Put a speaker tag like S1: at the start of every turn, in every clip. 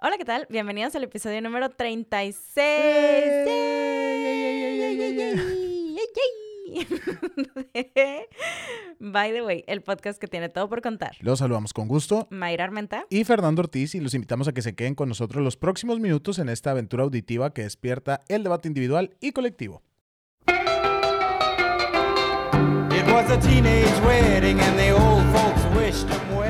S1: Hola, ¿qué tal? Bienvenidos al episodio número 36. de By the way, el podcast que tiene todo por contar.
S2: Los saludamos con gusto.
S1: Mayra Armenta.
S2: Y Fernando Ortiz, y los invitamos a que se queden con nosotros los próximos minutos en esta aventura auditiva que despierta el debate individual y colectivo.
S3: It was a teenage wedding and the old folks wished him well.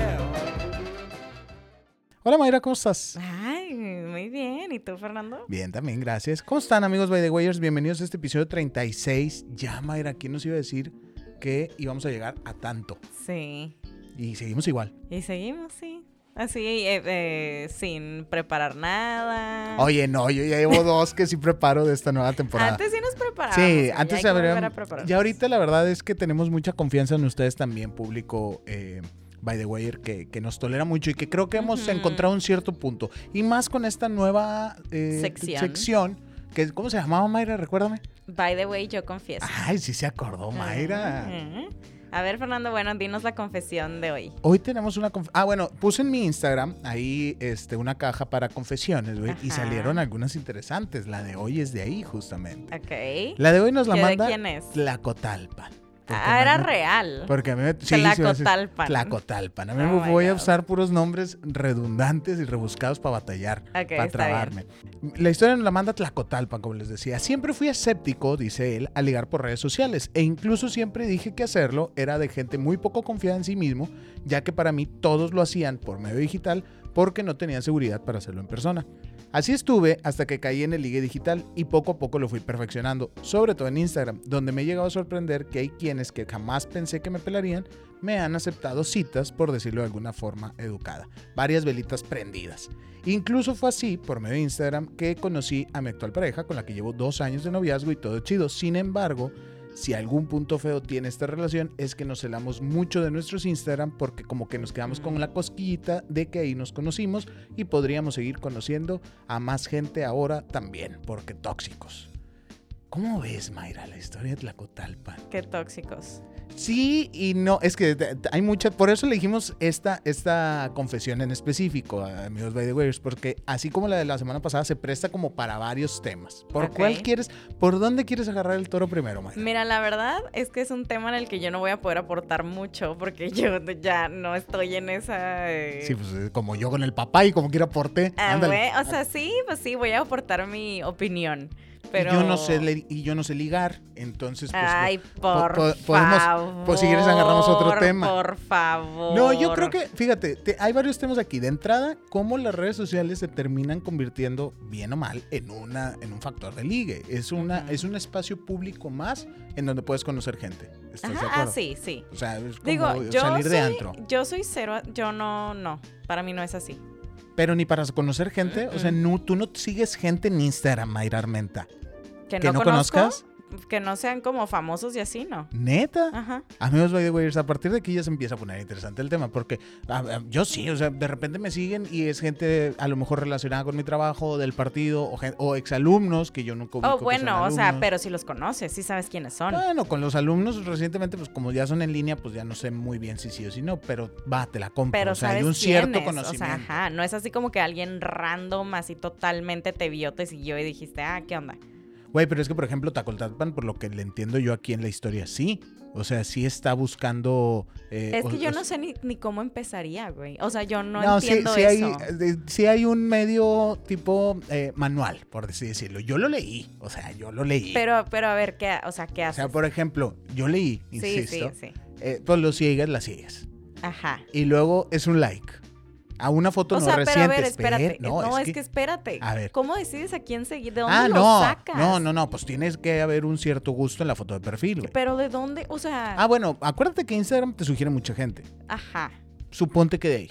S2: Hola Mayra, ¿cómo estás?
S1: Ay, muy bien. ¿Y tú, Fernando?
S2: Bien, también, gracias. ¿Cómo están amigos by the Wayers? Bienvenidos a este episodio 36. Ya Mayra, ¿quién nos iba a decir que íbamos a llegar a tanto?
S1: Sí.
S2: Y seguimos igual.
S1: Y seguimos, sí. Así, eh, eh, sin preparar nada.
S2: Oye, no, yo ya llevo dos que sí preparo de esta nueva temporada.
S1: Antes sí nos preparamos.
S2: Sí,
S1: ya hay
S2: antes
S1: que volver
S2: habría-
S1: a prepararnos.
S2: Ya ahorita la verdad es que tenemos mucha confianza en ustedes también, público eh, By the Way, que, que nos tolera mucho y que creo que hemos
S1: Ujú.
S2: encontrado un cierto punto. Y más con esta nueva eh,
S1: Sección.
S2: sección, que, ¿Cómo se llamaba Mayra? Recuérdame.
S1: By the way, yo confieso.
S2: Ay, sí se
S1: Ah.
S2: acordó Mayra.
S1: Ajá. A ver, Fernando, bueno, dinos la confesión de hoy.
S2: Hoy tenemos una... conf- Ah, bueno, puse en mi Instagram ahí este, una caja para confesiones, güey, y
S1: Ajá.
S2: salieron algunas interesantes. La de hoy es de ahí, justamente.
S1: Ok.
S2: La de hoy nos la
S1: ¿Qué de
S2: manda
S1: quién es?
S2: Tlacotalpan. Porque
S1: Ah, era
S2: manda-
S1: real.
S2: Porque a mí me... sí, sí, sí, sí.
S1: Tlacotalpan.
S2: Tlacotalpan. A mí
S1: Oh my
S2: me voy a
S1: God.
S2: usar puros nombres redundantes y rebuscados para batallar, para
S1: está
S2: trabarme. La historia nos la manda Tlacotalpan, como les decía. Siempre fui escéptico, dice él, a ligar por redes sociales. E incluso siempre dije que hacerlo era de gente muy poco confiada en sí mismo, ya que para mí todos lo hacían por medio digital porque no tenían seguridad para hacerlo en persona. Así estuve hasta que caí en el ligue digital y poco a poco lo fui perfeccionando, sobre todo en Instagram, donde me he llegado a sorprender que hay quienes que jamás pensé que me pelarían me han aceptado citas, por decirlo de alguna forma educada, varias velitas prendidas. Incluso fue así, por medio de Instagram, que conocí a mi actual pareja con la que llevo dos años de noviazgo y todo chido. Sin embargo, si algún punto feo tiene esta relación es que nos celamos mucho de nuestros Instagram porque como que nos quedamos con la cosquillita de que ahí nos conocimos y podríamos seguir conociendo a más gente ahora también, porque tóxicos. ¿Cómo ves, Mayra, la historia de Tlacotalpan?
S1: Qué tóxicos.
S2: Sí y no, es que te- te- hay muchas, por eso le dijimos esta, esta confesión en específico, a amigos by the way, porque así como la de la semana pasada se presta como para varios temas. ¿Por
S1: Ok.
S2: cuál quieres, por dónde quieres agarrar el toro primero, Mayra?
S1: Mira, la verdad es que es un tema en el que yo no voy a poder aportar mucho porque yo ya no estoy en esa... eh,
S2: Sí, pues eh, como yo con el papá y como quiera aporte,
S1: ah,
S2: ándale.
S1: güey, o sea, sí, pues sí, voy a aportar mi opinión. Pero... Ah,
S2: Y yo no sé le- y yo no sé ligar, entonces pues,
S1: Ay, por
S2: po- podemos-
S1: favor.
S2: pues, si quieres, agarramos otro tema.
S1: Por favor.
S2: No, yo creo que, fíjate, te- hay varios temas aquí. De entrada, cómo las redes sociales se terminan convirtiendo, bien o mal, en, una, en un factor de ligue. Es, una,
S1: Ujú.
S2: es un espacio público más en donde puedes conocer gente. ¿Estás de
S1: Ajá, ah,
S2: acuerdo?
S1: sí, sí.
S2: O sea, es como
S1: Digo, yo
S2: salir
S1: soy,
S2: de antro.
S1: yo soy cero, yo no, no, para mí no es así.
S2: Pero ni para conocer gente, o sea,
S1: Mm-mm.
S2: no, tú no sigues gente en Instagram, Mayra Armenta.
S1: Que
S2: ¿Que
S1: no,
S2: no
S1: conozco,
S2: conozcas?
S1: Que no sean como famosos y así, ¿no?
S2: ¿Neta?
S1: Ajá.
S2: Amigos by the way, a partir de aquí ya se empieza a poner interesante el tema, porque ah, ah, yo sí, o sea, de repente me siguen y es gente a lo mejor relacionada con mi trabajo, del partido, o, gen- o exalumnos que yo nunca ubico
S1: Oh,
S2: que
S1: bueno,
S2: sean
S1: o sea,
S2: alumnos.
S1: pero si los conoces, sí sabes quiénes son.
S2: Bueno, con los alumnos recientemente, pues como ya son en línea, pues ya no sé muy bien si sí o si no, pero va, te la compro.
S1: Pero
S2: o sea,
S1: sabes
S2: hay un cierto
S1: quién es,
S2: conocimiento.
S1: O sea, ajá, no es así como que alguien random así totalmente te vio, te siguió y dijiste, ah, ¿qué onda?
S2: Güey, pero es que, por ejemplo, Tacoltatpan, por lo que le entiendo yo aquí en la historia, sí. O sea, sí está buscando. eh,
S1: es
S2: o-
S1: que yo
S2: o-
S1: no sé ni, ni cómo empezaría, güey. O sea, yo no,
S2: sí-
S1: entiendo
S2: sí,
S1: eso.
S2: Hay, eh, de- sí hay un medio tipo eh, manual, por así decirlo. Yo lo leí, o sea, yo lo leí.
S1: Pero, pero a ver, ¿qué, ha- o sea, ¿qué
S2: o
S1: haces?
S2: sea, por ejemplo, yo leí,
S1: sí,
S2: insisto,
S1: sí, sí.
S2: eh, pues lo sigues, las sigues.
S1: Ajá.
S2: Y luego es un like a una foto
S1: O
S2: no
S1: sea,
S2: reciente.
S1: pero a ver, espérate.
S2: espera,
S1: no, es, que... espérate.
S2: A ver.
S1: ¿Cómo decides a quién seguir? ¿De dónde
S2: Ah,
S1: lo
S2: no,
S1: sacas?
S2: no, no, no, pues tienes que haber un cierto gusto en la foto de perfil, güey.
S1: Pero ¿de dónde? O sea,
S2: Ah, bueno, acuérdate que Instagram te sugiere mucha gente.
S1: ajá.
S2: Suponte que de ahí.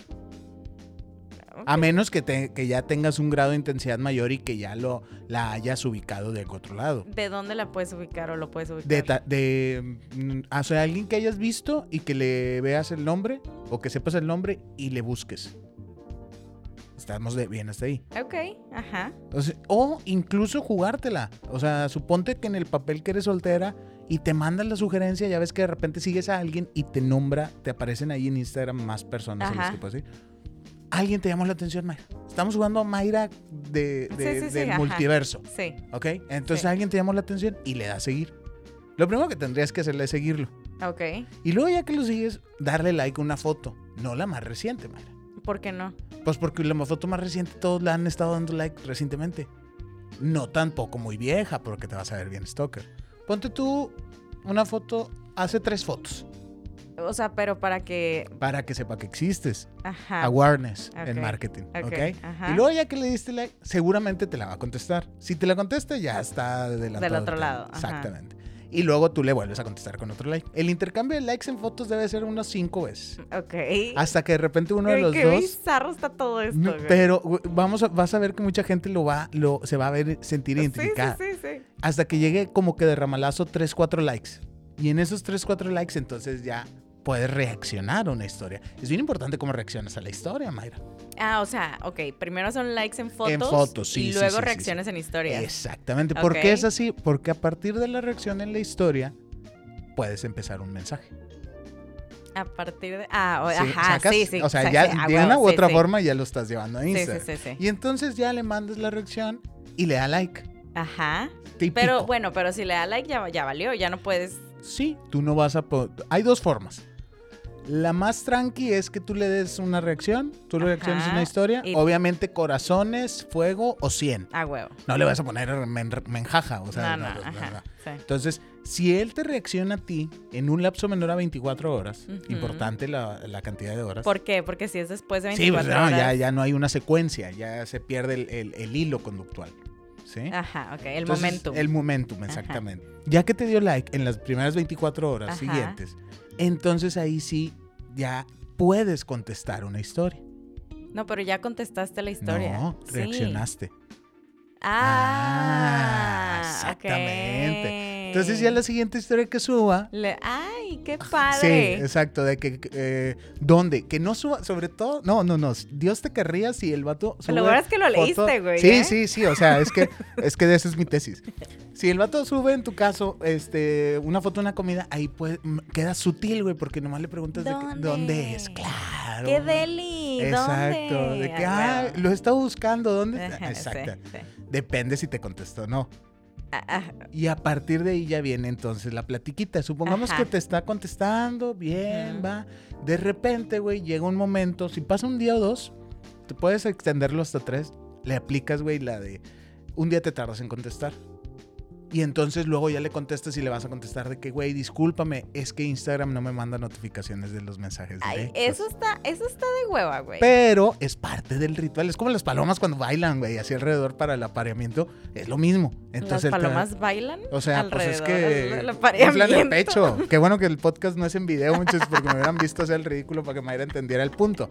S2: A menos que, te- que ya tengas un grado de intensidad mayor y que ya lo, la hayas ubicado de otro lado.
S1: ¿De dónde la puedes ubicar o lo puedes ubicar?
S2: De, ta- de mm, o sea, alguien que hayas visto y que le veas el nombre o que sepas el nombre y le busques. Estamos de, bien hasta ahí.
S1: Ok, ajá.
S2: O, sea, o incluso jugártela. O sea, suponte que en el papel que eres soltera y te mandan la sugerencia, ya ves que de repente sigues a alguien y te nombra, te aparecen ahí en Instagram más personas a las
S1: Ajá.
S2: que puedes ir. Alguien te llamó la atención, Mayra. Estamos jugando a Mayra de, de-
S1: Sí, sí, sí,
S2: del
S1: ajá.
S2: multiverso.
S1: Sí.
S2: ¿Ok? Entonces
S1: Sí.
S2: alguien te llamó la atención y le das seguir. Lo primero que tendrías que hacerle es seguirlo.
S1: Ok.
S2: Y luego ya que lo sigues, darle like a una foto. No la más reciente, Mayra.
S1: ¿Por qué no?
S2: Pues porque la foto más reciente todos le han estado dando like recientemente. No tampoco muy vieja, porque te vas a ver bien stalker. Ponte tú una foto, hace tres fotos,
S1: O sea, pero para que.
S2: para que sepa que existes.
S1: Ajá.
S2: Awareness
S1: Ah, ok,
S2: en marketing, ¿ok?
S1: ok, ajá.
S2: Y luego ya que le diste like, seguramente te la va a contestar. Si te la contesta, ya está adelantado
S1: Del
S2: el
S1: otro
S2: tema.
S1: lado, ajá.
S2: Exactamente. Y luego tú le vuelves a contestar con otro like. El intercambio de likes en fotos debe ser unos cinco veces.
S1: Ok.
S2: Hasta que de repente uno
S1: Güey,
S2: de los
S1: qué
S2: dos...
S1: bizarro está todo esto.
S2: No,
S1: güey.
S2: Pero güey, vamos a- vas a ver que mucha gente lo va, lo, se va a ver sentir
S1: Sí,
S2: identificada.
S1: Sí, sí, sí.
S2: Hasta que llegue como que de ramalazo 3, 4 likes. Y en esos 3, 4 likes entonces ya puedes reaccionar a una historia. Es bien importante cómo reaccionas a la historia, Mayra.
S1: Ah, o sea, ok. Primero son likes en fotos.
S2: fotos,
S1: Y
S2: sí, sí,
S1: luego
S2: sí, sí, sí.
S1: reacciones en historias.
S2: Exactamente. ¿Por qué es
S1: Ok.
S2: así? Porque a partir de la reacción en la historia puedes empezar un mensaje.
S1: A partir de. Ah, o-
S2: Sí,
S1: ajá.
S2: sacas-
S1: sí, sí.
S2: O sea,
S1: sa-
S2: ya
S1: sí, a
S2: de
S1: huevo,
S2: una u
S1: sí,
S2: otra
S1: sí.
S2: forma ya lo estás llevando a
S1: Sí, sí,
S2: Instagram.
S1: sí, sí.
S2: Y entonces ya le mandas la reacción y le da like.
S1: Ajá.
S2: Típico.
S1: Pero bueno, pero si le da like ya, ya valió, ya no puedes.
S2: Sí, tú no vas a... po- Hay dos formas. La más tranqui es que tú le des una reacción, tú le
S1: Ajá,
S2: reacciones una historia,
S1: y-
S2: obviamente corazones, fuego o 100.
S1: A huevo.
S2: No le vas a poner men- menjaja, o sea,
S1: no, no,
S2: no, no, no,
S1: ajá.
S2: no.
S1: Sí.
S2: Entonces, si él te reacciona a ti en un lapso menor a 24 horas,
S1: Ujú.
S2: importante la, la cantidad de horas.
S1: ¿Por qué? Porque si es después de
S2: sí,
S1: 24
S2: pues, no,
S1: horas.
S2: ya, ya no hay una secuencia, ya se pierde el, el- el hilo conductual. ¿sí?
S1: Ajá, ok. El
S2: Entonces,
S1: momentum.
S2: El momentum, exactamente. Ya que te dio like en las primeras 24 horas
S1: Ajá.
S2: siguientes, entonces ahí sí ya puedes contestar una historia.
S1: No, pero ya contestaste la historia.
S2: No,
S1: Sí. Eh.
S2: reaccionaste.
S1: Ah,
S2: Ah, exactamente.
S1: ok.
S2: Entonces ya la siguiente historia que suba...
S1: Le- Ay, qué
S2: Sí,
S1: padre.
S2: exacto, de que... eh, ¿Dónde? Que no suba, sobre todo... No, no, no, Dios te querría si el vato...
S1: Pero lo
S2: sube
S1: bueno es que lo
S2: foto-
S1: leíste, güey.
S2: Sí,
S1: ¿eh?
S2: sí, sí, o sea, es que, es que de eso es mi tesis. Si el vato sube en tu caso este, una foto de una comida, ahí puede, m- queda sutil, güey, porque nomás le preguntas de que-
S1: ¿Dónde?
S2: dónde es, claro.
S1: ¡Qué deli!
S2: Exacto,
S1: ¿dónde?
S2: de que,
S1: Ah,
S2: ah,
S1: huevo.
S2: lo está buscando, ¿dónde
S1: Ajá,
S2: está?
S1: sí,
S2: Exacto,
S1: sí.
S2: depende si te contestó o no.
S1: Ah, ah,
S2: Y a partir de ahí ya viene entonces la platiquita. Supongamos
S1: Ajá.
S2: que te está contestando, bien,
S1: Ujú.
S2: va. De repente, güey, llega un momento, si pasa un día o dos, te puedes extenderlo hasta tres, le aplicas, güey, la de un día te tardas en contestar. Y entonces luego ya le contestas y le vas a contestar de que, güey, discúlpame, es que Instagram no me manda notificaciones de los mensajes.
S1: ay,
S2: directos".
S1: eso está, eso está de hueva, güey.
S2: pues Pero es parte del ritual. Es como las palomas cuando bailan, güey, así alrededor para el apareamiento. Es lo mismo. Entonces, el
S1: ¿Las
S2: tra-
S1: palomas bailan?
S2: o sea, pues es
S1: alrededor
S2: que
S1: del
S2: inflan el
S1: apareamiento.
S2: pecho. Qué bueno que el podcast no es en video, muchachos, porque me hubieran visto hacer el ridículo para que Mayra entendiera el punto.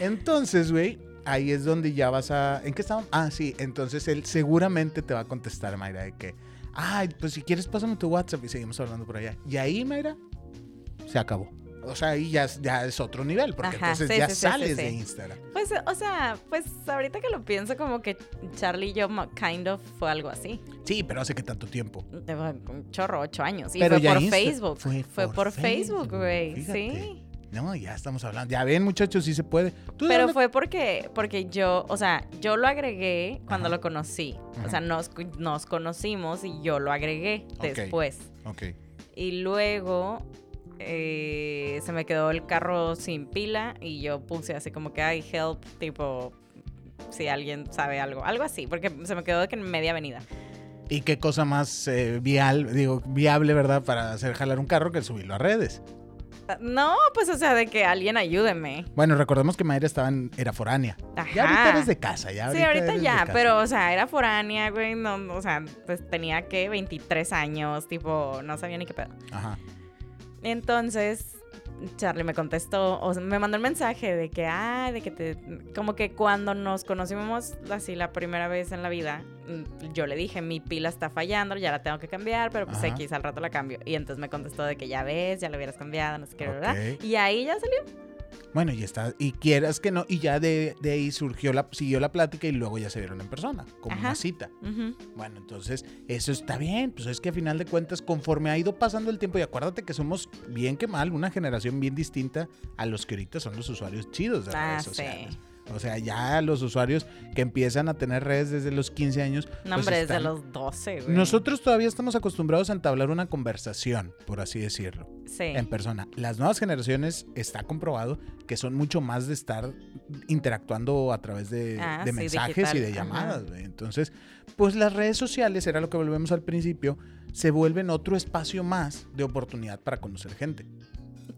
S2: Entonces, güey, ahí es donde ya vas a... ¿En qué estamos? Ah, sí. Entonces él seguramente te va a contestar, Mayra, de que... Ay, pues si quieres pásame tu WhatsApp y seguimos hablando por allá. Y ahí, Mayra, se acabó. O sea, ahí ya, es- ya es otro nivel, porque
S1: Ajá,
S2: entonces
S1: sí,
S2: ya
S1: sí, sí, sí,
S2: sales
S1: sí.
S2: de Instagram.
S1: Pues, o sea, pues ahorita que lo pienso, como que Charlie y yo, ma- kind of, fue algo así.
S2: Sí, pero hace que tanto tiempo.
S1: De- Un chorro, ocho años. Y
S2: Pero
S1: fue
S2: ya
S1: por
S2: Insta-
S1: Facebook.
S2: fue
S1: Fue,
S2: por
S1: por, Facebook,
S2: Facebook,
S1: güey.
S2: fíjate.
S1: Sí.
S2: No, ya estamos hablando. Ya ven, muchachos, sí se puede. ¿Tú de
S1: Pero
S2: dónde-
S1: fue porque, porque yo, o sea, yo lo agregué cuando
S2: Ajá.
S1: lo conocí.
S2: Ajá.
S1: O sea, nos, cu- nos conocimos y yo lo agregué
S2: Ok.
S1: después.
S2: Ok.
S1: Y luego eh, se me quedó el carro sin pila y yo puse así como que, ay, help, tipo, si alguien sabe algo. Algo así, porque se me quedó de que en media avenida.
S2: Y qué cosa más eh, vial, digo, viable, ¿verdad? Para hacer jalar un carro que subirlo a redes.
S1: No, pues o sea, de que alguien ayúdeme.
S2: Bueno, recordemos que Mayra estaba en, era foránea.
S1: Ajá.
S2: Ya ahorita eres de casa, ya
S1: sí, ahorita
S2: eres de
S1: ya,
S2: casa.
S1: pero, o sea, era foránea, güey, no, no, o sea, pues tenía que 23 años, tipo, no sabía ni qué pedo.
S2: Ajá.
S1: Entonces, Charlie me contestó, o sea, me mandó el mensaje de que, ah, de que te. Como que cuando nos conocimos así la primera vez en la vida, mm, yo le dije, mi pila está fallando, ya la tengo que cambiar, pero pues
S2: Ajá.
S1: X al rato la cambio. Y entonces me contestó de que ya ves, ya lo hubieras cambiado, no sé qué, ¿verdad?
S2: Ok.
S1: Y ahí ya salió.
S2: Bueno, y está, y quieras que no, y ya de, de ahí surgió la, siguió la plática y luego ya se vieron en persona, como una
S1: Ajá.
S2: cita.
S1: Ujú.
S2: Bueno, entonces, eso está bien. Pues es que a final de cuentas, conforme ha ido pasando el tiempo, y acuérdate que somos bien que mal, una generación bien distinta a los que ahorita son los usuarios chidos de
S1: Ah,
S2: redes
S1: sí.
S2: sociales. O sea, ya los usuarios que empiezan a tener redes desde los 15 años.
S1: No,
S2: pues,
S1: hombre, desde
S2: están-
S1: los 12, güey.
S2: Nosotros todavía estamos acostumbrados a entablar una conversación, por así decirlo,
S1: Sí.
S2: en persona. Las nuevas generaciones está comprobado que son mucho más de estar interactuando a través de,
S1: Ah,
S2: de
S1: sí,
S2: mensajes y
S1: digital,
S2: de
S1: ajá.
S2: llamadas. güey. Entonces, pues las redes sociales, era lo que volvemos al principio, se vuelven otro espacio más de oportunidad para conocer gente.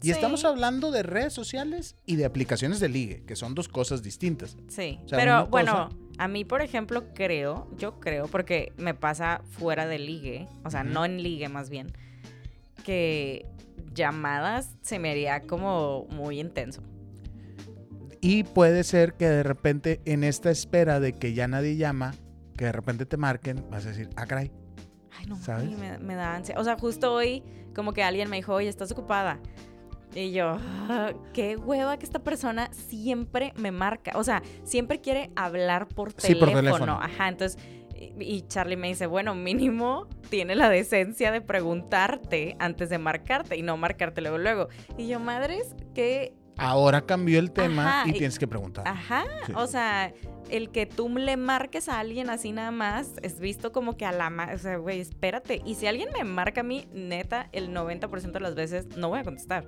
S2: Y
S1: Sí,
S2: estamos hablando de redes sociales y de aplicaciones de ligue, que son dos cosas distintas.
S1: Sí,
S2: O sea, una
S1: pero
S2: cosa-
S1: bueno, a mí, por ejemplo, creo, yo creo, porque me pasa fuera de ligue, o sea,
S2: Ujú.
S1: no en ligue más bien, que llamadas se me haría como muy intenso.
S2: Y puede ser que de repente, en esta espera de que ya nadie llama, que de repente te marquen, vas a decir, ah, caray.
S1: Ay, no,
S2: ¿Sabes?
S1: mami, me, me da ansia. O sea, justo hoy, como que alguien me dijo, oye, estás ocupada. Y yo, "Ah, qué hueva que esta persona siempre me marca. O sea, siempre quiere hablar por teléfono.
S2: Sí, por teléfono.
S1: Ajá, entonces. y- Y Charlie me dice, bueno, mínimo tiene la decencia de preguntarte antes de marcarte y no marcarte luego, luego. Y yo, madres, que
S2: Ahora cambió el tema
S1: Ajá,
S2: y
S1: y-
S2: tienes que preguntar.
S1: Ajá,
S2: Sí.
S1: o sea, el que tú le marques a alguien así nada más es visto como que a la... ma- O sea, güey, espérate. Y si alguien me marca a mí, neta, el 90% de las veces no voy a contestar.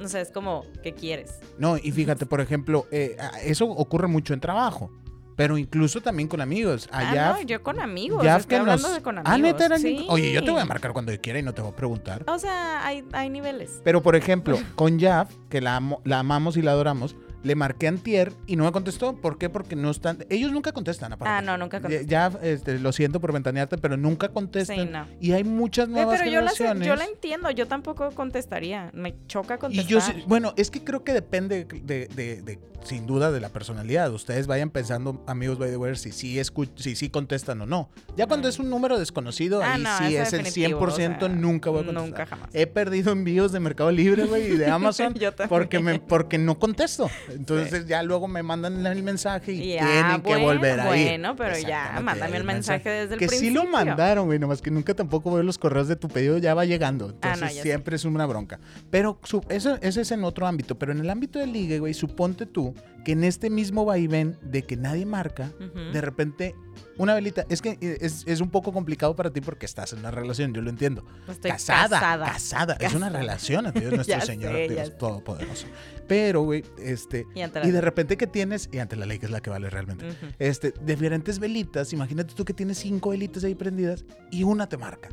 S1: O sea, es como, ¿qué quieres?
S2: No, y fíjate, por ejemplo, eh, a- eso ocurre mucho en trabajo, pero incluso también con amigos. Allá,
S1: ah, no, yo con amigos.
S2: ya
S1: estoy
S2: que
S1: hablando
S2: nos-
S1: de con amigos.
S2: Ah, neta, eran bien-
S1: Sí. Oh.
S2: Oye, yo te voy a marcar cuando yo quiera y no te voy a preguntar.
S1: O sea, hay, hay niveles.
S2: Pero, por ejemplo, con Jav, que la, amo- la amamos y la adoramos, le marqué antier y no me contestó. ¿Por qué? Porque no están... Ellos nunca contestan, aparte.
S1: Ah, no, nunca contesté.
S2: Jav, este, lo siento por ventanearte, pero nunca contestan.
S1: Sí, no.
S2: Y hay muchas
S1: Güey, Eh,
S2: nuevas
S1: pero yo la,
S2: generaciones.
S1: yo la entiendo, yo tampoco contestaría. Me choca contestar.
S2: y yo, sí- bueno, es que creo que depende de, de- de- sin duda, de la personalidad. Ustedes vayan pensando, amigos by the way, si sí, escu- si sí contestan o no. Ya cuando
S1: Mm.
S2: es un número desconocido,
S1: Ah,
S2: ahí
S1: no,
S2: sí
S1: eso
S2: es el
S1: definitivo,
S2: 100%,
S1: o sea,
S2: nunca voy a contestar. Eh,
S1: Nunca jamás.
S2: He perdido envíos de Mercado Libre, güey, y de Amazon.
S1: Yo también.
S2: Porque, me, porque no contesto. Entonces ya luego me mandan el mensaje y ah,
S1: Ya,
S2: tienen que
S1: bueno,
S2: volver ahí.
S1: ah, bueno, pero ya,
S2: Exactamente,
S1: mándame
S2: ahí
S1: el mensaje desde el
S2: que sí lo
S1: principio.
S2: mandaron, güey, nomás que nunca tampoco veo los correos de tu pedido, ya va llegando.
S1: Ah, no,
S2: Entonces
S1: ya sé.
S2: siempre es una bronca. Pero su- eso, ese es en otro ámbito. Pero en el ámbito del ligue, güey, suponte tú que en este mismo vaivén de que nadie marca,
S1: Ujú.
S2: de repente... Una velita, es que eh, es, es un poco complicado para ti porque estás en una relación, yo lo entiendo
S1: Estoy
S2: casada, Pues casada.
S1: casada.
S2: Es una
S1: Casada.
S2: relación ante Dios nuestro
S1: Ya
S2: Señor,
S1: sé, ya
S2: Dios
S1: sé.
S2: Todopoderoso. Pero, güey, este.
S1: Y ante la
S2: Y de repente que tienes, y ante la ley que es la que vale realmente,
S1: Ujú.
S2: este, diferentes velitas, imagínate tú que tienes cinco velitas ahí prendidas y una te marca.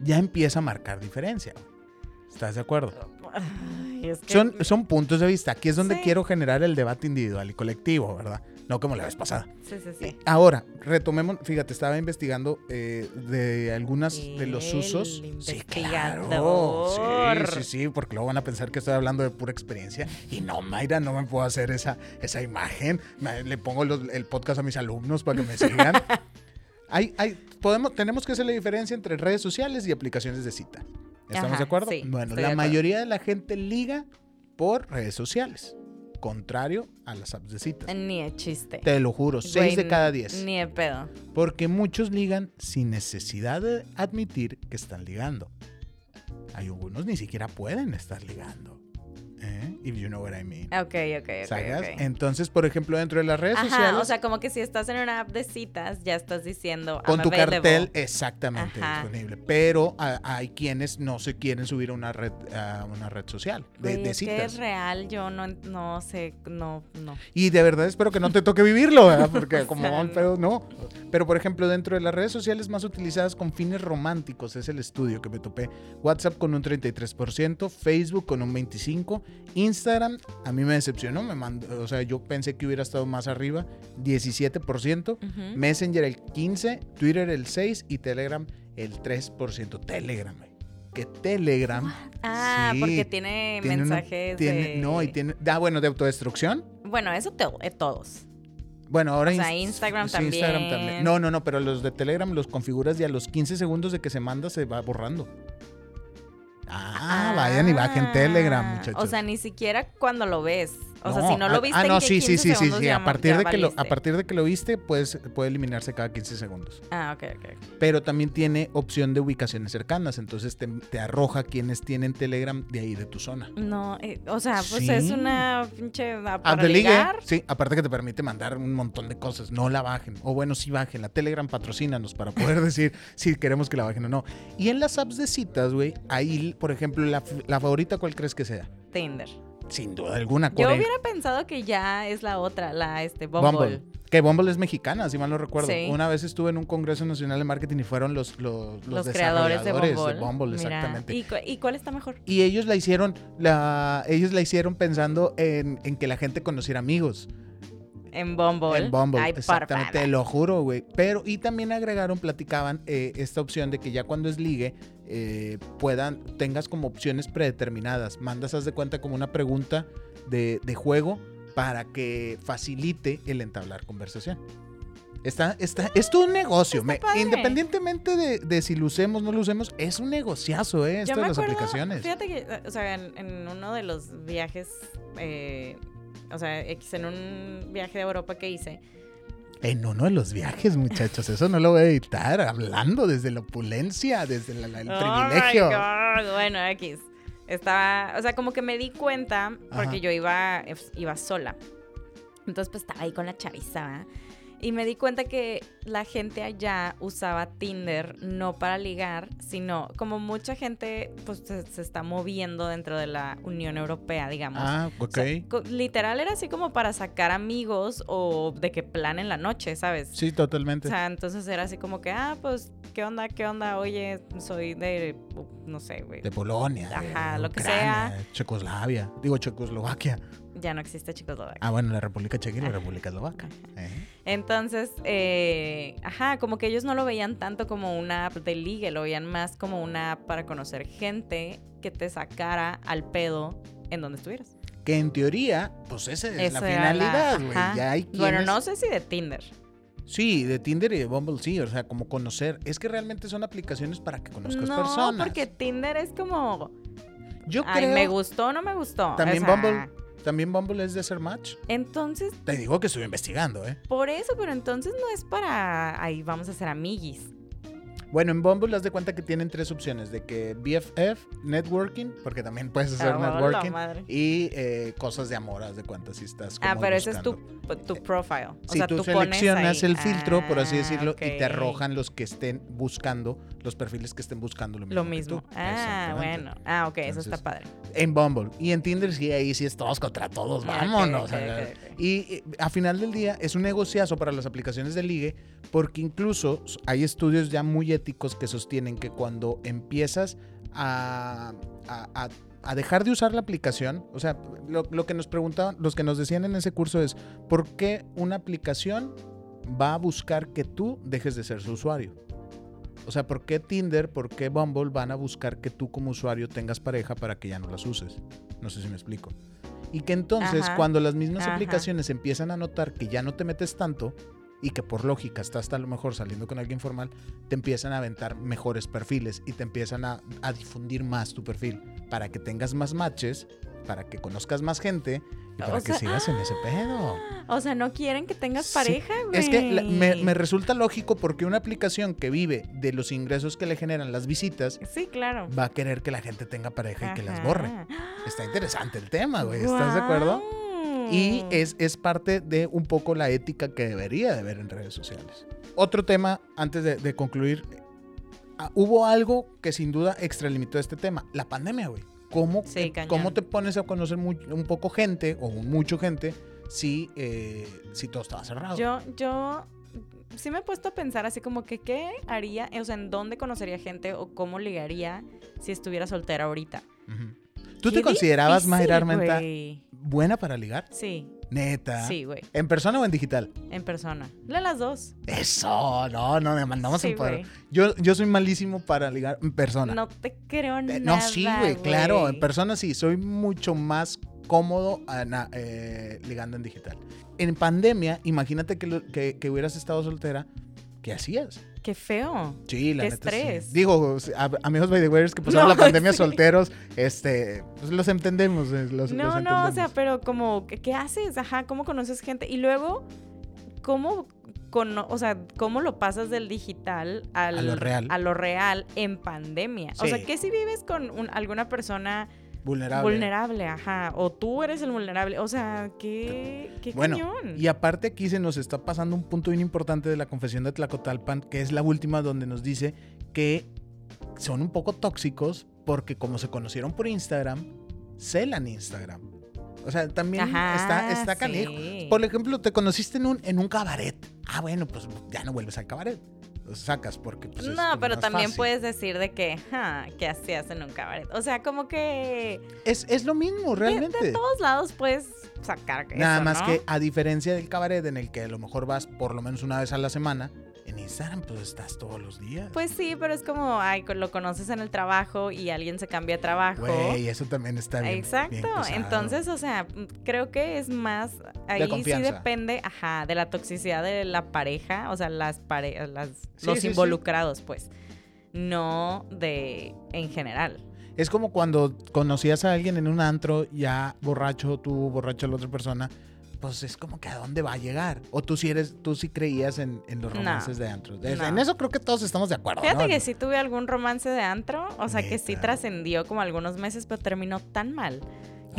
S2: Ya empieza a marcar diferencia. güey. ¿Estás de acuerdo?
S1: Ay, es que-
S2: Son, son puntos de vista. Aquí es donde
S1: Sí.
S2: quiero generar el debate individual y colectivo, ¿verdad? No como la vez pasada.
S1: Sí, sí, sí.
S2: Ahora, retomemos, fíjate, estaba investigando eh, de algunas de los
S1: El
S2: usos. Sí, claro.
S1: investigador.
S2: Sí, sí, sí, porque luego van a pensar que estoy hablando de pura experiencia. Y no, Mayra, no me puedo hacer esa, esa imagen. Ma- Le pongo los- el podcast a mis alumnos para que me sigan. Hay, hay, podemos, tenemos que hacer la diferencia entre redes sociales y aplicaciones de cita. ¿Estamos
S1: Ajá,
S2: de acuerdo?
S1: sí,
S2: bueno,
S1: estoy
S2: la
S1: de acuerdo.
S2: mayoría de la gente liga por redes sociales, contrario a las apps de citas.
S1: Ni de chiste.
S2: Te lo juro, 6
S1: Güey,
S2: de cada 10.
S1: Ni de pedo.
S2: Porque muchos ligan sin necesidad de admitir que están ligando. Hay algunos ni siquiera pueden estar ligando. ¿eh? If you know what I mean.
S1: Ok, ok, ok.
S2: ¿Sacas?
S1: ok.
S2: Entonces, por ejemplo, dentro de las redes
S1: Ajá,
S2: sociales,
S1: o sea, ah, como que si estás en una app de citas, ya estás diciendo.
S2: con
S1: "I'm
S2: tu
S1: available".
S2: cartel exactamente
S1: Ajá.
S2: disponible. Pero a- hay quienes no se quieren subir a una red, a una red social de,
S1: Güey,
S2: de
S1: es que
S2: citas.
S1: es real, yo no, no sé, no, no.
S2: Y de verdad espero que no te toque vivirlo, ¿verdad? Porque como
S1: sea,
S2: van pedos, no. Pero por ejemplo, dentro de las redes sociales más utilizadas con fines románticos es el estudio que me topé. WhatsApp con un 33%, Facebook con un 25%, Instagram a mí me decepcionó, me mandó, o sea, yo pensé que hubiera estado más arriba, 17%,
S1: Ujú.
S2: Messenger el 15%, Twitter el 6% y Telegram el 3%. Telegram, güey. que Telegram...
S1: Ah,
S2: sí,
S1: porque tiene,
S2: tiene una-
S1: mensajes
S2: tiene-
S1: de...
S2: No, y tiene... Ah, bueno, de autodestrucción.
S1: Bueno, eso te, eh, todos.
S2: Bueno, ahora
S1: O sea,
S2: Inst-
S1: Instagram
S2: sí, Instagram
S1: también.
S2: No, no, no, pero los de Telegram los configuras y a los 15 segundos de que se manda se va borrando. Ah, vayan y bajen Telegram,
S1: Ah,
S2: muchachos.
S1: O sea, ni siquiera cuando lo ves. Ah, O sea, si no
S2: ah,
S1: lo viste
S2: ah,
S1: en
S2: no,
S1: que
S2: sí, sí,
S1: 15
S2: sí, sí,
S1: segundos
S2: sí,
S1: ya
S2: a
S1: mo-
S2: partir
S1: ya
S2: de que lo a
S1: valiste.
S2: partir de que lo viste, pues puede eliminarse cada 15 segundos.
S1: Ah, ok, ok.
S2: Pero también tiene opción de ubicaciones cercanas, entonces te, te arroja quienes tienen Telegram de ahí de tu zona.
S1: No, eh, o sea, pues es
S2: Sí.
S1: una pinche app
S2: App
S1: para
S2: de ligue,
S1: ligar.
S2: sí, aparte que te permite mandar un montón de cosas, no la bajen, o bueno, sí bajen, la Telegram patrocínanos para poder decir si queremos que la bajen o no. Y en las apps de citas, güey, ahí, por ejemplo, la, f- la favorita, ¿cuál crees que sea?
S1: Tinder.
S2: Sin duda alguna,
S1: Yo
S2: Core-
S1: hubiera pensado que ya es la otra, la este Bumble.
S2: Bumble. Que Bumble es mexicana, si mal no recuerdo.
S1: Sí.
S2: Una vez estuve en un Congreso Nacional de Marketing y fueron los, los,
S1: Los,
S2: los
S1: creadores de
S2: desarrolladores
S1: Bumble.
S2: de Bumble,
S1: Mira,
S2: exactamente.
S1: ¿y, cu- y cuál está mejor?
S2: Y ellos la hicieron, la, ellos la hicieron pensando en, en que la gente conociera amigos.
S1: En Bumble.
S2: En Bumble.
S1: Ay,
S2: exactamente,
S1: parvada.
S2: te lo juro, güey. Pero, y también agregaron, platicaban eh, esta opción de que ya cuando es ligue, eh, puedan, tengas como opciones predeterminadas. Mandas, haz de cuenta, como una pregunta de, de juego para que facilite el entablar conversación. Está, está, es todo un negocio. me-
S1: padre.
S2: independientemente de, de si lo usemos o no lo usemos, es un negociazo, ¿eh? Esto
S1: Yo
S2: de
S1: me
S2: las
S1: acuerdo,
S2: aplicaciones.
S1: Fíjate que, eh, o sea, en, en uno de los viajes, eh, o sea, X, en un viaje de Europa que hice,
S2: En uno de Eh, los viajes, muchachos. Eso no lo voy a editar. Hablando desde la opulencia, desde la- la- el
S1: Oh my
S2: privilegio.
S1: God. Bueno, X. Estaba, o sea, como que me di cuenta porque
S2: Ajá.
S1: yo iba, iba sola. Entonces, pues estaba ahí con la chaviza. ¿va? Y me di cuenta que la gente allá usaba Tinder no para ligar, sino como mucha gente pues se, se está moviendo dentro de la Unión Europea, digamos.
S2: Ah, ok.
S1: O sea, co- literal era así como para sacar amigos o de que plan en la noche, ¿sabes?
S2: sí,
S1: O
S2: totalmente.
S1: sea, entonces era así como que, ah, pues, ¿qué onda? ¿Qué onda? Oye, soy de, no sé, güey.
S2: de Polonia. de
S1: Ajá, lo que
S2: Ucrania, Checoslavia. Digo, Checoslovaquia.
S1: Ya no existe Checoslovaquia.
S2: Ah, bueno, la República Checa y la República Eslovaca. ¿eh?
S1: Entonces, eh, ajá, como que ellos no lo veían tanto como una app de ligue, lo veían más como una app para conocer gente que te sacara al pedo en donde estuvieras.
S2: Que en teoría, pues esa es la
S1: Esa era la-
S2: finalidad, güey.
S1: ajá.
S2: Ya hay
S1: Bueno,
S2: quienes-
S1: no sé si de Tinder.
S2: Sí, de Tinder y de Bumble sí. O sea, como conocer. Es que realmente son aplicaciones para que conozcas
S1: no,
S2: personas.
S1: porque Tinder es como,
S2: Yo
S1: ay,
S2: creo.
S1: me gustó o no me gustó.
S2: También
S1: O sea,
S2: Bumble. También Bumble es de hacer match.
S1: Entonces,
S2: Te digo que estoy investigando, ¿eh?
S1: por eso, pero entonces no es para, ahí vamos a ser amiguis.
S2: Bueno, en Bumble haz de cuenta que tienen tres opciones, de que BFF, networking, porque también puedes hacer
S1: Ah, hola,
S2: networking,
S1: madre.
S2: y eh, cosas de amor, haz de cuenta, si estás como
S1: Ah, pero ese es tu,
S2: buscando.
S1: tu profile. O
S2: si
S1: sea,
S2: tú,
S1: pones
S2: seleccionas
S1: ahí.
S2: el filtro, por así
S1: Ah,
S2: decirlo, y
S1: ok.
S2: te arrojan los que estén buscando, los perfiles que estén buscando lo mismo.
S1: Lo
S2: que
S1: mismo.
S2: tú.
S1: Ah,
S2: Exactamente.
S1: bueno. Ah, ok, eso
S2: Entonces,
S1: está padre.
S2: En Bumble. Y en Tinder sí, ahí sí es todos contra todos,
S1: Ah, ok,
S2: pues, vámonos.
S1: ok,
S2: a ver.
S1: ok, ok.
S2: Y eh, a final del día es un negociazo para las aplicaciones de ligue porque incluso s- hay estudios ya muy éticos que sostienen que cuando empiezas a, a- a- a dejar de usar la aplicación, o sea, lo, lo que nos preguntaban, los que nos decían en ese curso es, ¿por qué una aplicación va a buscar que tú dejes de ser su usuario? O sea, ¿por qué Tinder, por qué Bumble van a buscar que tú como usuario tengas pareja para que ya no las uses? No sé si me explico. Y que entonces
S1: Ajá.
S2: cuando las mismas
S1: Ajá.
S2: aplicaciones empiezan a notar que ya no te metes tanto y que por lógica estás a lo mejor saliendo con alguien formal, te empiezan a aventar mejores perfiles y te empiezan a, a difundir más tu perfil para que tengas más matches, para que conozcas más gente y para
S1: O
S2: que
S1: sea,
S2: sigas en ese pedo.
S1: O sea, no quieren que tengas
S2: Sí.
S1: pareja, güey.
S2: Es que la- me, me resulta lógico porque una aplicación que vive de los ingresos que le generan las visitas
S1: Sí, claro.
S2: va a querer que la gente tenga pareja y que las
S1: Ajá.
S2: borre. Está interesante el tema, güey. ¿Estás de acuerdo?
S1: Guau.
S2: Y es, es parte de un poco la ética que debería de haber en redes sociales. Otro tema, antes de, de concluir, ah, hubo algo que sin duda extralimitó este tema, la pandemia, güey. ¿Cómo,
S1: Sí,
S2: te,
S1: cañón.
S2: ¿Cómo te pones a conocer muy- un poco gente o mucho gente si, eh, si todo estaba cerrado?
S1: Yo, yo sí me he puesto a pensar así como que qué haría, o sea, en dónde conocería gente o cómo ligaría si estuviera soltera ahorita.
S2: Ujú. ¿Tú
S1: Qué
S2: te considerabas,
S1: difícil,
S2: Mayra Armenta,
S1: güey.
S2: buena para ligar?
S1: Sí,
S2: Neta.
S1: sí, güey.
S2: ¿En persona o en digital?
S1: En persona. De las dos.
S2: Eso, no, no, me mandamos
S1: Sí,
S2: en poder.
S1: güey.
S2: Yo, yo soy malísimo para ligar en persona.
S1: No te creo
S2: Eh,
S1: nada.
S2: No, sí, güey, claro. En persona sí, soy mucho más cómodo ah, na- eh, ligando en digital. En pandemia, imagínate que, lo- que, que hubieras estado soltera, ¿qué hacías?
S1: Qué feo.
S2: Sí, la
S1: Qué
S2: neta, sí.
S1: estrés.
S2: Digo, a- amigos by the wears que pasaron
S1: No,
S2: la pandemia
S1: sí.
S2: solteros, este, pues los entendemos. eh, Los, los
S1: No, no, o sea,
S2: entendemos.
S1: pero como, ¿qué, qué haces? Ajá, ¿cómo conoces gente? Y luego, ¿cómo, cono- o sea, ¿cómo lo pasas del digital al,
S2: A lo real.
S1: a lo real en pandemia? O
S2: Sí.
S1: sea, ¿qué si vives con un- alguna persona
S2: vulnerable.
S1: vulnerable? Ajá, o tú eres el vulnerable. O sea, ¿qué, qué
S2: Bueno,
S1: cañón?
S2: y aparte aquí se nos está pasando un punto bien importante de la confesión de Tlacotalpan, que es la última donde nos dice que son un poco tóxicos porque como se conocieron por Instagram, celan Instagram. O sea, también
S1: Ajá,
S2: está, está canijo.
S1: sí.
S2: Por ejemplo, te conociste en un, en un cabaret. Ah, bueno, pues ya no vuelves al cabaret. Lo sacas porque... Pues, es
S1: no, pero
S2: más
S1: también
S2: fácil.
S1: puedes decir de que, ajá, ¿qué hacías en un cabaret? O sea, como que
S2: Es, es lo mismo,
S1: de,
S2: realmente.
S1: de todos lados puedes sacar
S2: Nada
S1: eso,
S2: más
S1: ¿no?
S2: que a diferencia del cabaret en el que a lo mejor vas por lo menos una vez a la semana, en Instagram pues estás todos los días.
S1: Pues sí, pero es como, ay, co- lo conoces en el trabajo y alguien se cambia de trabajo.
S2: Güey, eso también está bien.
S1: Exacto.
S2: bien pesado.
S1: Entonces, o sea, mm, creo que es más ahí sí
S2: confianza.
S1: depende, ajá, de la toxicidad de la pareja, o sea, las pare las
S2: Sí,
S1: los
S2: sí, sí.
S1: involucrados, pues. No de en general.
S2: Es como cuando conocías a alguien en un antro, ya borracho, tú borracho a la otra persona, pues es como que a dónde va a llegar. O tú sí eres, tú sí creías en, en los
S1: No.
S2: romances de antro. Es-
S1: No.
S2: En eso creo que todos estamos de acuerdo.
S1: Fíjate
S2: ¿no?
S1: que sí tuve algún romance de antro, o sea, que sí
S2: Neta.
S1: trascendió como algunos meses, pero terminó tan mal.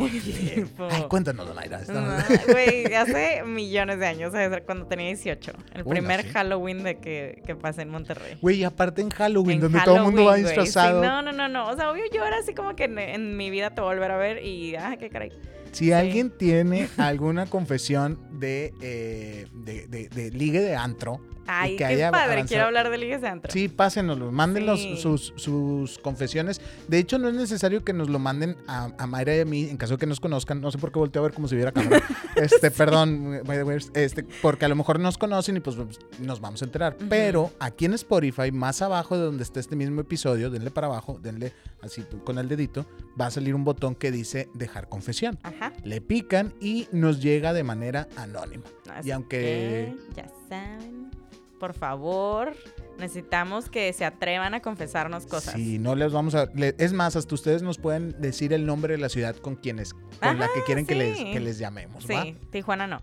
S1: Tipo-
S2: Ay, cuéntanos, Donaira.
S1: No,
S2: estamos-
S1: Güey, hace millones de años, o sea, cuando tenía 18. El
S2: Uy, no,
S1: primer
S2: sí.
S1: Halloween de que, que pasé en Monterrey.
S2: Güey, y aparte en Halloween,
S1: En
S2: donde todo el mundo va
S1: Halloween, güey, sí,
S2: disfrazado.
S1: no, no, no, no. O sea, obvio yo era así como que en, en mi vida te voy a volver a ver y, ah, qué caray.
S2: Si alguien tiene alguna confesión de, eh, de, de- de ligue de antro,
S1: Ay,
S2: que
S1: qué padre,
S2: haya avanzado.
S1: quiero hablar de ligas de antro.
S2: sí, pásenoslo, mándenos
S1: Sí.
S2: sus, sus confesiones. De hecho, no es necesario que nos lo manden a, a Mayra y a mí, en caso de que nos conozcan. No sé por qué volteo a ver como si hubiera cámara. Este, perdón, by the way, este, porque a lo mejor nos conocen y pues nos vamos a enterar.
S1: Ujú.
S2: Pero aquí en Spotify, más abajo de donde está este mismo episodio, denle para abajo, denle así con el dedito, va a salir un botón que dice dejar confesión.
S1: Ajá.
S2: le pican y nos llega de manera anónima.
S1: Así
S2: Y aunque-
S1: que, ya saben, por favor, necesitamos que se atrevan a confesarnos cosas.
S2: Si no les vamos a... le- es más, hasta ustedes nos pueden decir el nombre de la ciudad con quienes, con la que quieren que,
S1: sí.
S2: les, que les llamemos, ¿va?
S1: Sí, Tijuana no.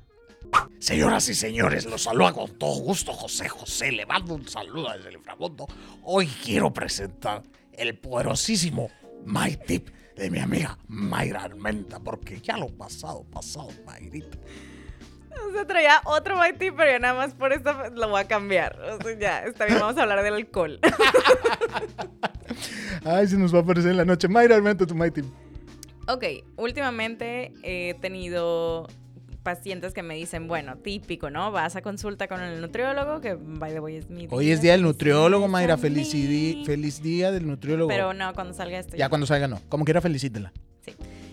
S2: Señoras y señores, los saluda con todo gusto José José, le mando un saludo desde el inframundo. Hoy quiero presentar el poderosísimo My Tip de mi amiga Mayra Armenta, porque ya lo pasado, pasado, Mayrita.
S1: O sea, traía otro white tea, pero yo nada más por esto lo voy a cambiar. O sea, ya, está bien, vamos a hablar del alcohol.
S2: Ay, se nos va a aparecer en la noche. Mayra Armenta, tu My Tip.
S1: Ok, últimamente he tenido pacientes que me dicen, bueno, típico, ¿no? Vas a consulta con el nutriólogo, que by the way es mi
S2: Hoy es día del nutriólogo,
S1: felicidades
S2: Mayra.
S1: a
S2: Feliz,
S1: mí.
S2: feliz día del nutriólogo.
S1: Pero no, cuando salga esto.
S2: ya cuando salga, no. Como quiera, felicítela.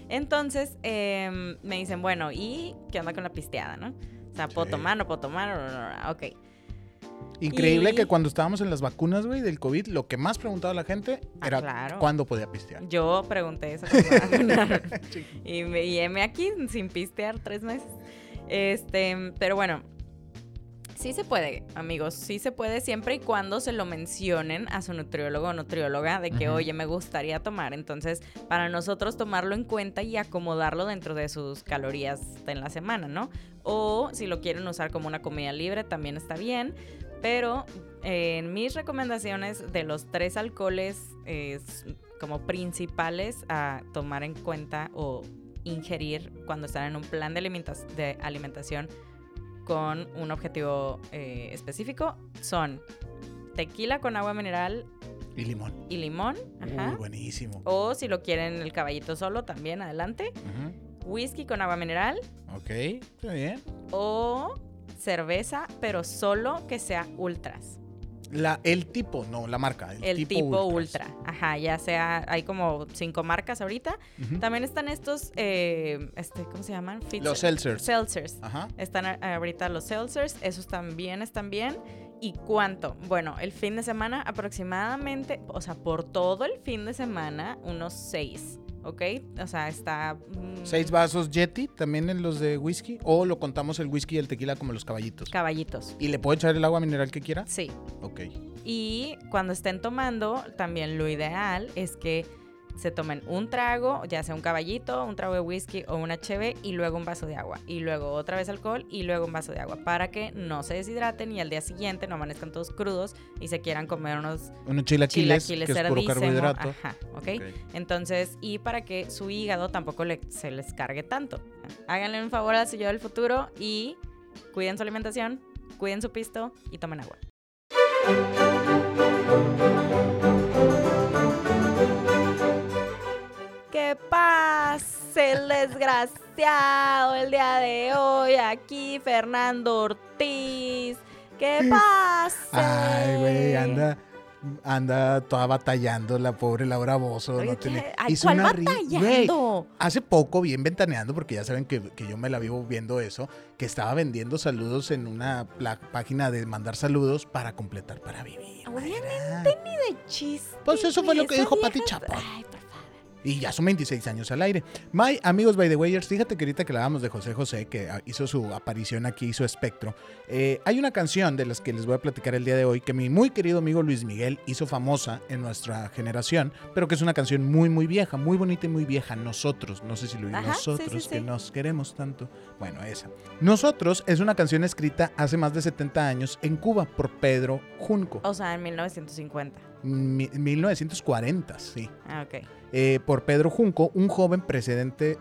S1: Entonces em, me dicen, bueno, ¿y qué onda con la pisteada, no? O sea, ¿puedo
S2: Sí.
S1: tomar, no puedo tomar? Ok.
S2: Increíble
S1: Y-
S2: que cuando estábamos en las vacunas, güey, del COVID, lo que más preguntaba la gente
S1: Ah,
S2: era
S1: claro.
S2: cuándo podía pistear.
S1: Yo pregunté eso. cuando me vacunaron. y me y heme aquí sin pistear tres meses. Este, pero bueno. Sí se puede, amigos, sí se puede siempre y cuando se lo mencionen a su nutriólogo o nutrióloga de que,
S2: Ujú.
S1: oye, me gustaría tomar. Entonces, para nosotros tomarlo en cuenta y acomodarlo dentro de sus calorías en la semana, ¿no? O si lo quieren usar como una comida libre, también está bien. Pero eh, en mis recomendaciones de los tres alcoholes eh, s- como principales a tomar en cuenta o ingerir cuando están en un plan de, alimenta- de alimentación con un objetivo eh, específico son tequila con agua mineral
S2: Y limón.
S1: y limón. ajá. Oh.
S2: Uy, buenísimo.
S1: O si lo quieren el caballito solo también, adelante.
S2: Ujú.
S1: Whisky con agua mineral
S2: Ok, está bien.
S1: o cerveza, pero solo que sea ultras.
S2: La, el tipo, no, la marca. El,
S1: el tipo, ultra.
S2: ultras.
S1: Ajá, ya sea, hay como cinco marcas ahorita.
S2: Ujú.
S1: También están estos, eh, este, ¿cómo se llaman? Fit-
S2: Los seltzers.
S1: Seltzers.
S2: Ajá.
S1: Están a- ahorita los seltzers, esos también están bien. ¿Y cuánto? Bueno, el fin de semana aproximadamente, o sea, por todo el fin de semana, unos seis, ¿ok? O sea, está... mm,
S2: Seis vasos Yeti, también en los de whisky. O lo contamos el whisky y el tequila como los caballitos.
S1: Caballitos.
S2: ¿Y le puedo echar el agua mineral que quiera?
S1: Sí,
S2: Ok.
S1: Y cuando estén tomando, también lo ideal es que se tomen un trago, ya sea un caballito, un trago de whisky o una cheve y luego un vaso de agua. Y luego otra vez alcohol y luego un vaso de agua para que no se deshidraten y al día siguiente no amanezcan todos crudos y se quieran comer unos
S2: Unos chilaquiles,
S1: chilaquiles
S2: que es puro
S1: cerdísimo.
S2: carbohidrato.
S1: Ajá,
S4: Ok.
S1: Ah, ok. Entonces, y para que su hígado tampoco le- se les cargue tanto. Háganle un favor al yo del futuro y cuiden su alimentación, cuiden su pisto y tomen agua. ¿Qué pase el desgraciado el día de hoy? Aquí Fernando Ortiz. ¿Qué pase?
S2: Ay, güey, anda. Anda toda batallando la pobre Laura Bozo.
S1: Oye,
S2: no tiene-
S1: ¿qué? Ay,
S2: hizo
S1: ¿cuál
S2: una ri- Güey,
S1: batallando?
S2: Hace poco, bien ventaneando, porque ya saben que, que yo me la vivo viendo eso, que estaba vendiendo saludos en una pla- página de mandar saludos para completar para vivir. güey,
S1: Obviamente,
S2: ¿verdad?
S1: ni de chiste.
S2: Pues eso fue lo que
S1: esa
S2: dijo
S1: vieja-
S2: Pati Chapoy.
S1: Ay, por favor.
S2: Y ya son 26 años al aire. My amigos, by the wayers, fíjate que ahorita que hablábamos de José José, que ah, hizo su aparición aquí, hizo espectro. eh, hay una canción de las que les voy a platicar el día de hoy que mi muy querido amigo Luis Miguel hizo famosa en nuestra generación, pero que es una canción muy, muy vieja, muy bonita y muy vieja. Nosotros, no sé si lo oí,
S1: Ajá, sí,
S2: nosotros
S1: sí,
S2: que
S1: sí.
S2: nos queremos tanto. Bueno, esa. Nosotros es una canción escrita hace más de 70 años en Cuba por Pedro Junco,
S1: O sea, en 1950.
S2: mi- 1940, sí
S1: Ah, ok.
S2: eh, por Pedro Junco, un joven precedente.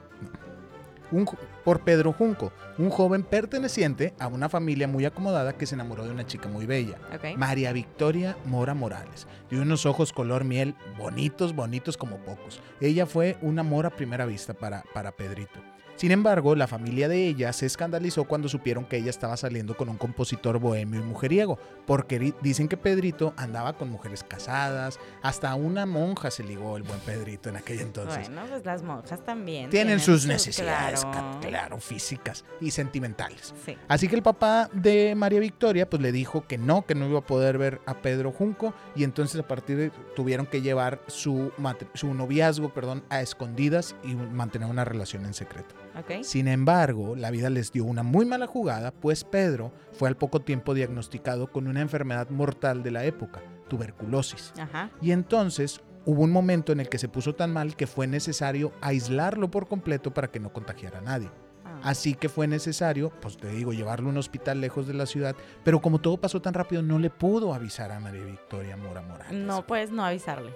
S2: un jo- por Pedro Junco, un joven perteneciente a una familia muy acomodada que se enamoró de una chica muy bella,
S1: Ok.
S2: María Victoria Mora Morales, de unos ojos color miel bonitos, bonitos como pocos. Ella fue un amor a primera vista para, para Pedrito. Sin embargo, la familia de ella se escandalizó cuando supieron que ella estaba saliendo con un compositor bohemio y mujeriego, porque di- dicen que Pedrito andaba con mujeres casadas, hasta a una monja se ligó el buen Pedrito en aquel entonces.
S1: bueno, pues las monjas también.
S2: Tienen sus necesidades, ca-
S1: Claro.
S2: claro. físicas y sentimentales.
S1: Sí.
S2: Así que el papá de María Victoria pues le dijo que no, que no iba a poder ver a Pedro Junco y entonces a partir de tuvieron que llevar su, matri- su noviazgo perdón, a escondidas y mantener una relación en secreto.
S1: Ok.
S2: Sin embargo, la vida les dio una muy mala jugada, pues Pedro fue al poco tiempo diagnosticado con una enfermedad mortal de la época, tuberculosis.
S1: Ajá.
S2: Y entonces hubo un momento en el que se puso tan mal que fue necesario aislarlo por completo para que no contagiara a nadie.
S1: Ah.
S2: Así que fue necesario, pues te digo, llevarlo a un hospital lejos de la ciudad, pero como todo pasó tan rápido, no le pudo avisar a María Victoria Mora Morales.
S1: No puedes no avisarle.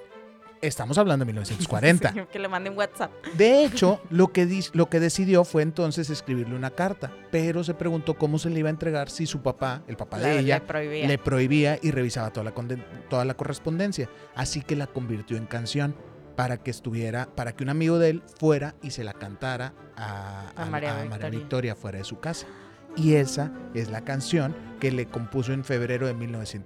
S2: Estamos hablando de 1940.
S1: que le mande un WhatsApp.
S2: De hecho, lo que, dis- lo que decidió fue entonces escribirle una carta, pero se preguntó cómo se le iba a entregar si su papá, el papá
S1: Le-
S2: de ella,
S1: le prohibía.
S2: le prohibía y revisaba toda la, conde- toda la correspondencia. Así que la convirtió en canción para que estuviera, para que un amigo de él fuera y se la cantara a,
S1: A
S2: a-
S1: María
S2: a María
S1: Victoria.
S2: Victoria fuera de su casa. Y esa es la canción que le compuso en febrero de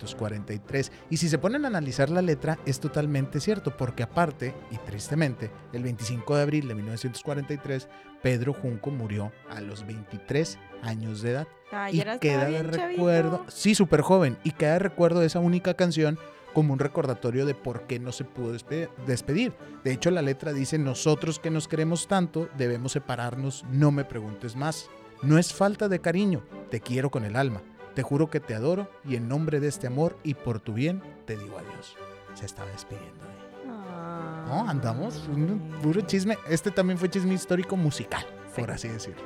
S2: 1943. Y si se ponen a analizar la letra, es totalmente cierto, porque aparte, y tristemente, el 25 de abril de 1943, Pedro Junco murió a los 23 años de edad
S1: Ay,
S2: y
S1: era- estaba
S2: queda de
S1: bien chavito.
S2: recuerdo, sí, súper joven, y queda de recuerdo de esa única canción como un recordatorio de por qué no se pudo despe- despedir. De hecho, la letra dice, nosotros que nos queremos tanto, debemos separarnos, no me preguntes más. No es falta de cariño, te quiero con el alma, te juro que te adoro, y en nombre de este amor y por tu bien, te digo adiós. Se estaba despidiendo. de él.
S1: Ah.
S2: No, andamos, un puro chisme. Este también fue chisme histórico musical,
S1: Sí.
S2: por así decirlo.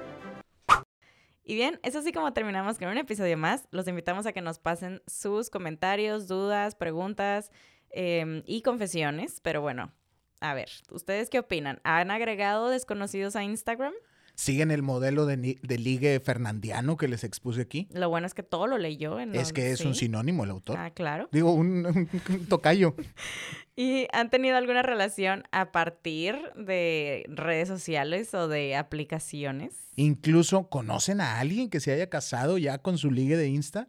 S1: Y bien, es así como terminamos con un episodio más. Los invitamos a que nos pasen sus comentarios, dudas, preguntas eh, y confesiones. Pero bueno, a ver, ¿ustedes qué opinan? ¿Han agregado desconocidos a Instagram?
S2: siguen el modelo de, ni- de ligue fernandiano que les expuse aquí.
S1: Lo bueno es que todo lo leyó. En
S2: es que es un
S1: ¿sí?
S2: sinónimo el autor.
S1: Ah, claro.
S2: Digo, un, un- un tocayo.
S1: ¿Y han tenido alguna relación a partir de redes sociales o de aplicaciones?
S2: Incluso, ¿conocen a alguien que se haya casado ya con su ligue de Insta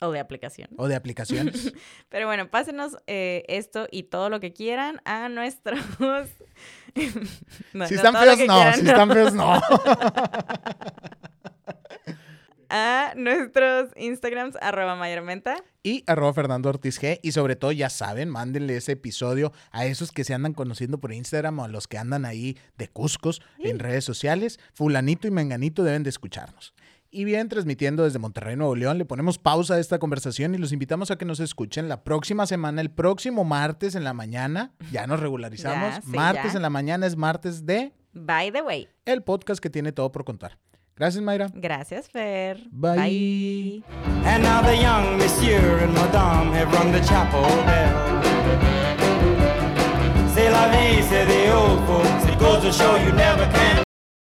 S1: O de aplicaciones.
S2: o de aplicaciones?
S1: Pero bueno, pásenos eh, esto y todo lo que quieran a nuestros... No,
S2: si
S1: no
S2: están
S1: todo lo
S2: feos,
S1: que
S2: no.
S1: quieran,
S2: si
S1: no.
S2: están feos, no.
S1: A nuestros Instagrams, arroba mayormenta.
S2: Y arroba Fernando Ortiz G. Y sobre todo, ya saben, mándenle ese episodio a esos que se andan conociendo por Instagram o a los que andan ahí de Cuscos en redes sociales. Fulanito y Menganito deben de escucharnos. Y bien, transmitiendo desde Monterrey, Nuevo León, le ponemos pausa a esta conversación y los invitamos a que nos escuchen la próxima semana, el próximo martes en la mañana. Ya nos regularizamos.
S1: Ya, sí,
S2: martes
S1: ya.
S2: en la mañana es martes de
S1: By the way.
S2: el podcast que tiene todo por contar. Gracias, Mayra.
S1: Gracias, Fer.
S2: Bye.
S1: Bye.
S3: And now the young monsieur and madame have rung the chapel bell. C'est la vie, say the old folks. It goes to show you never can.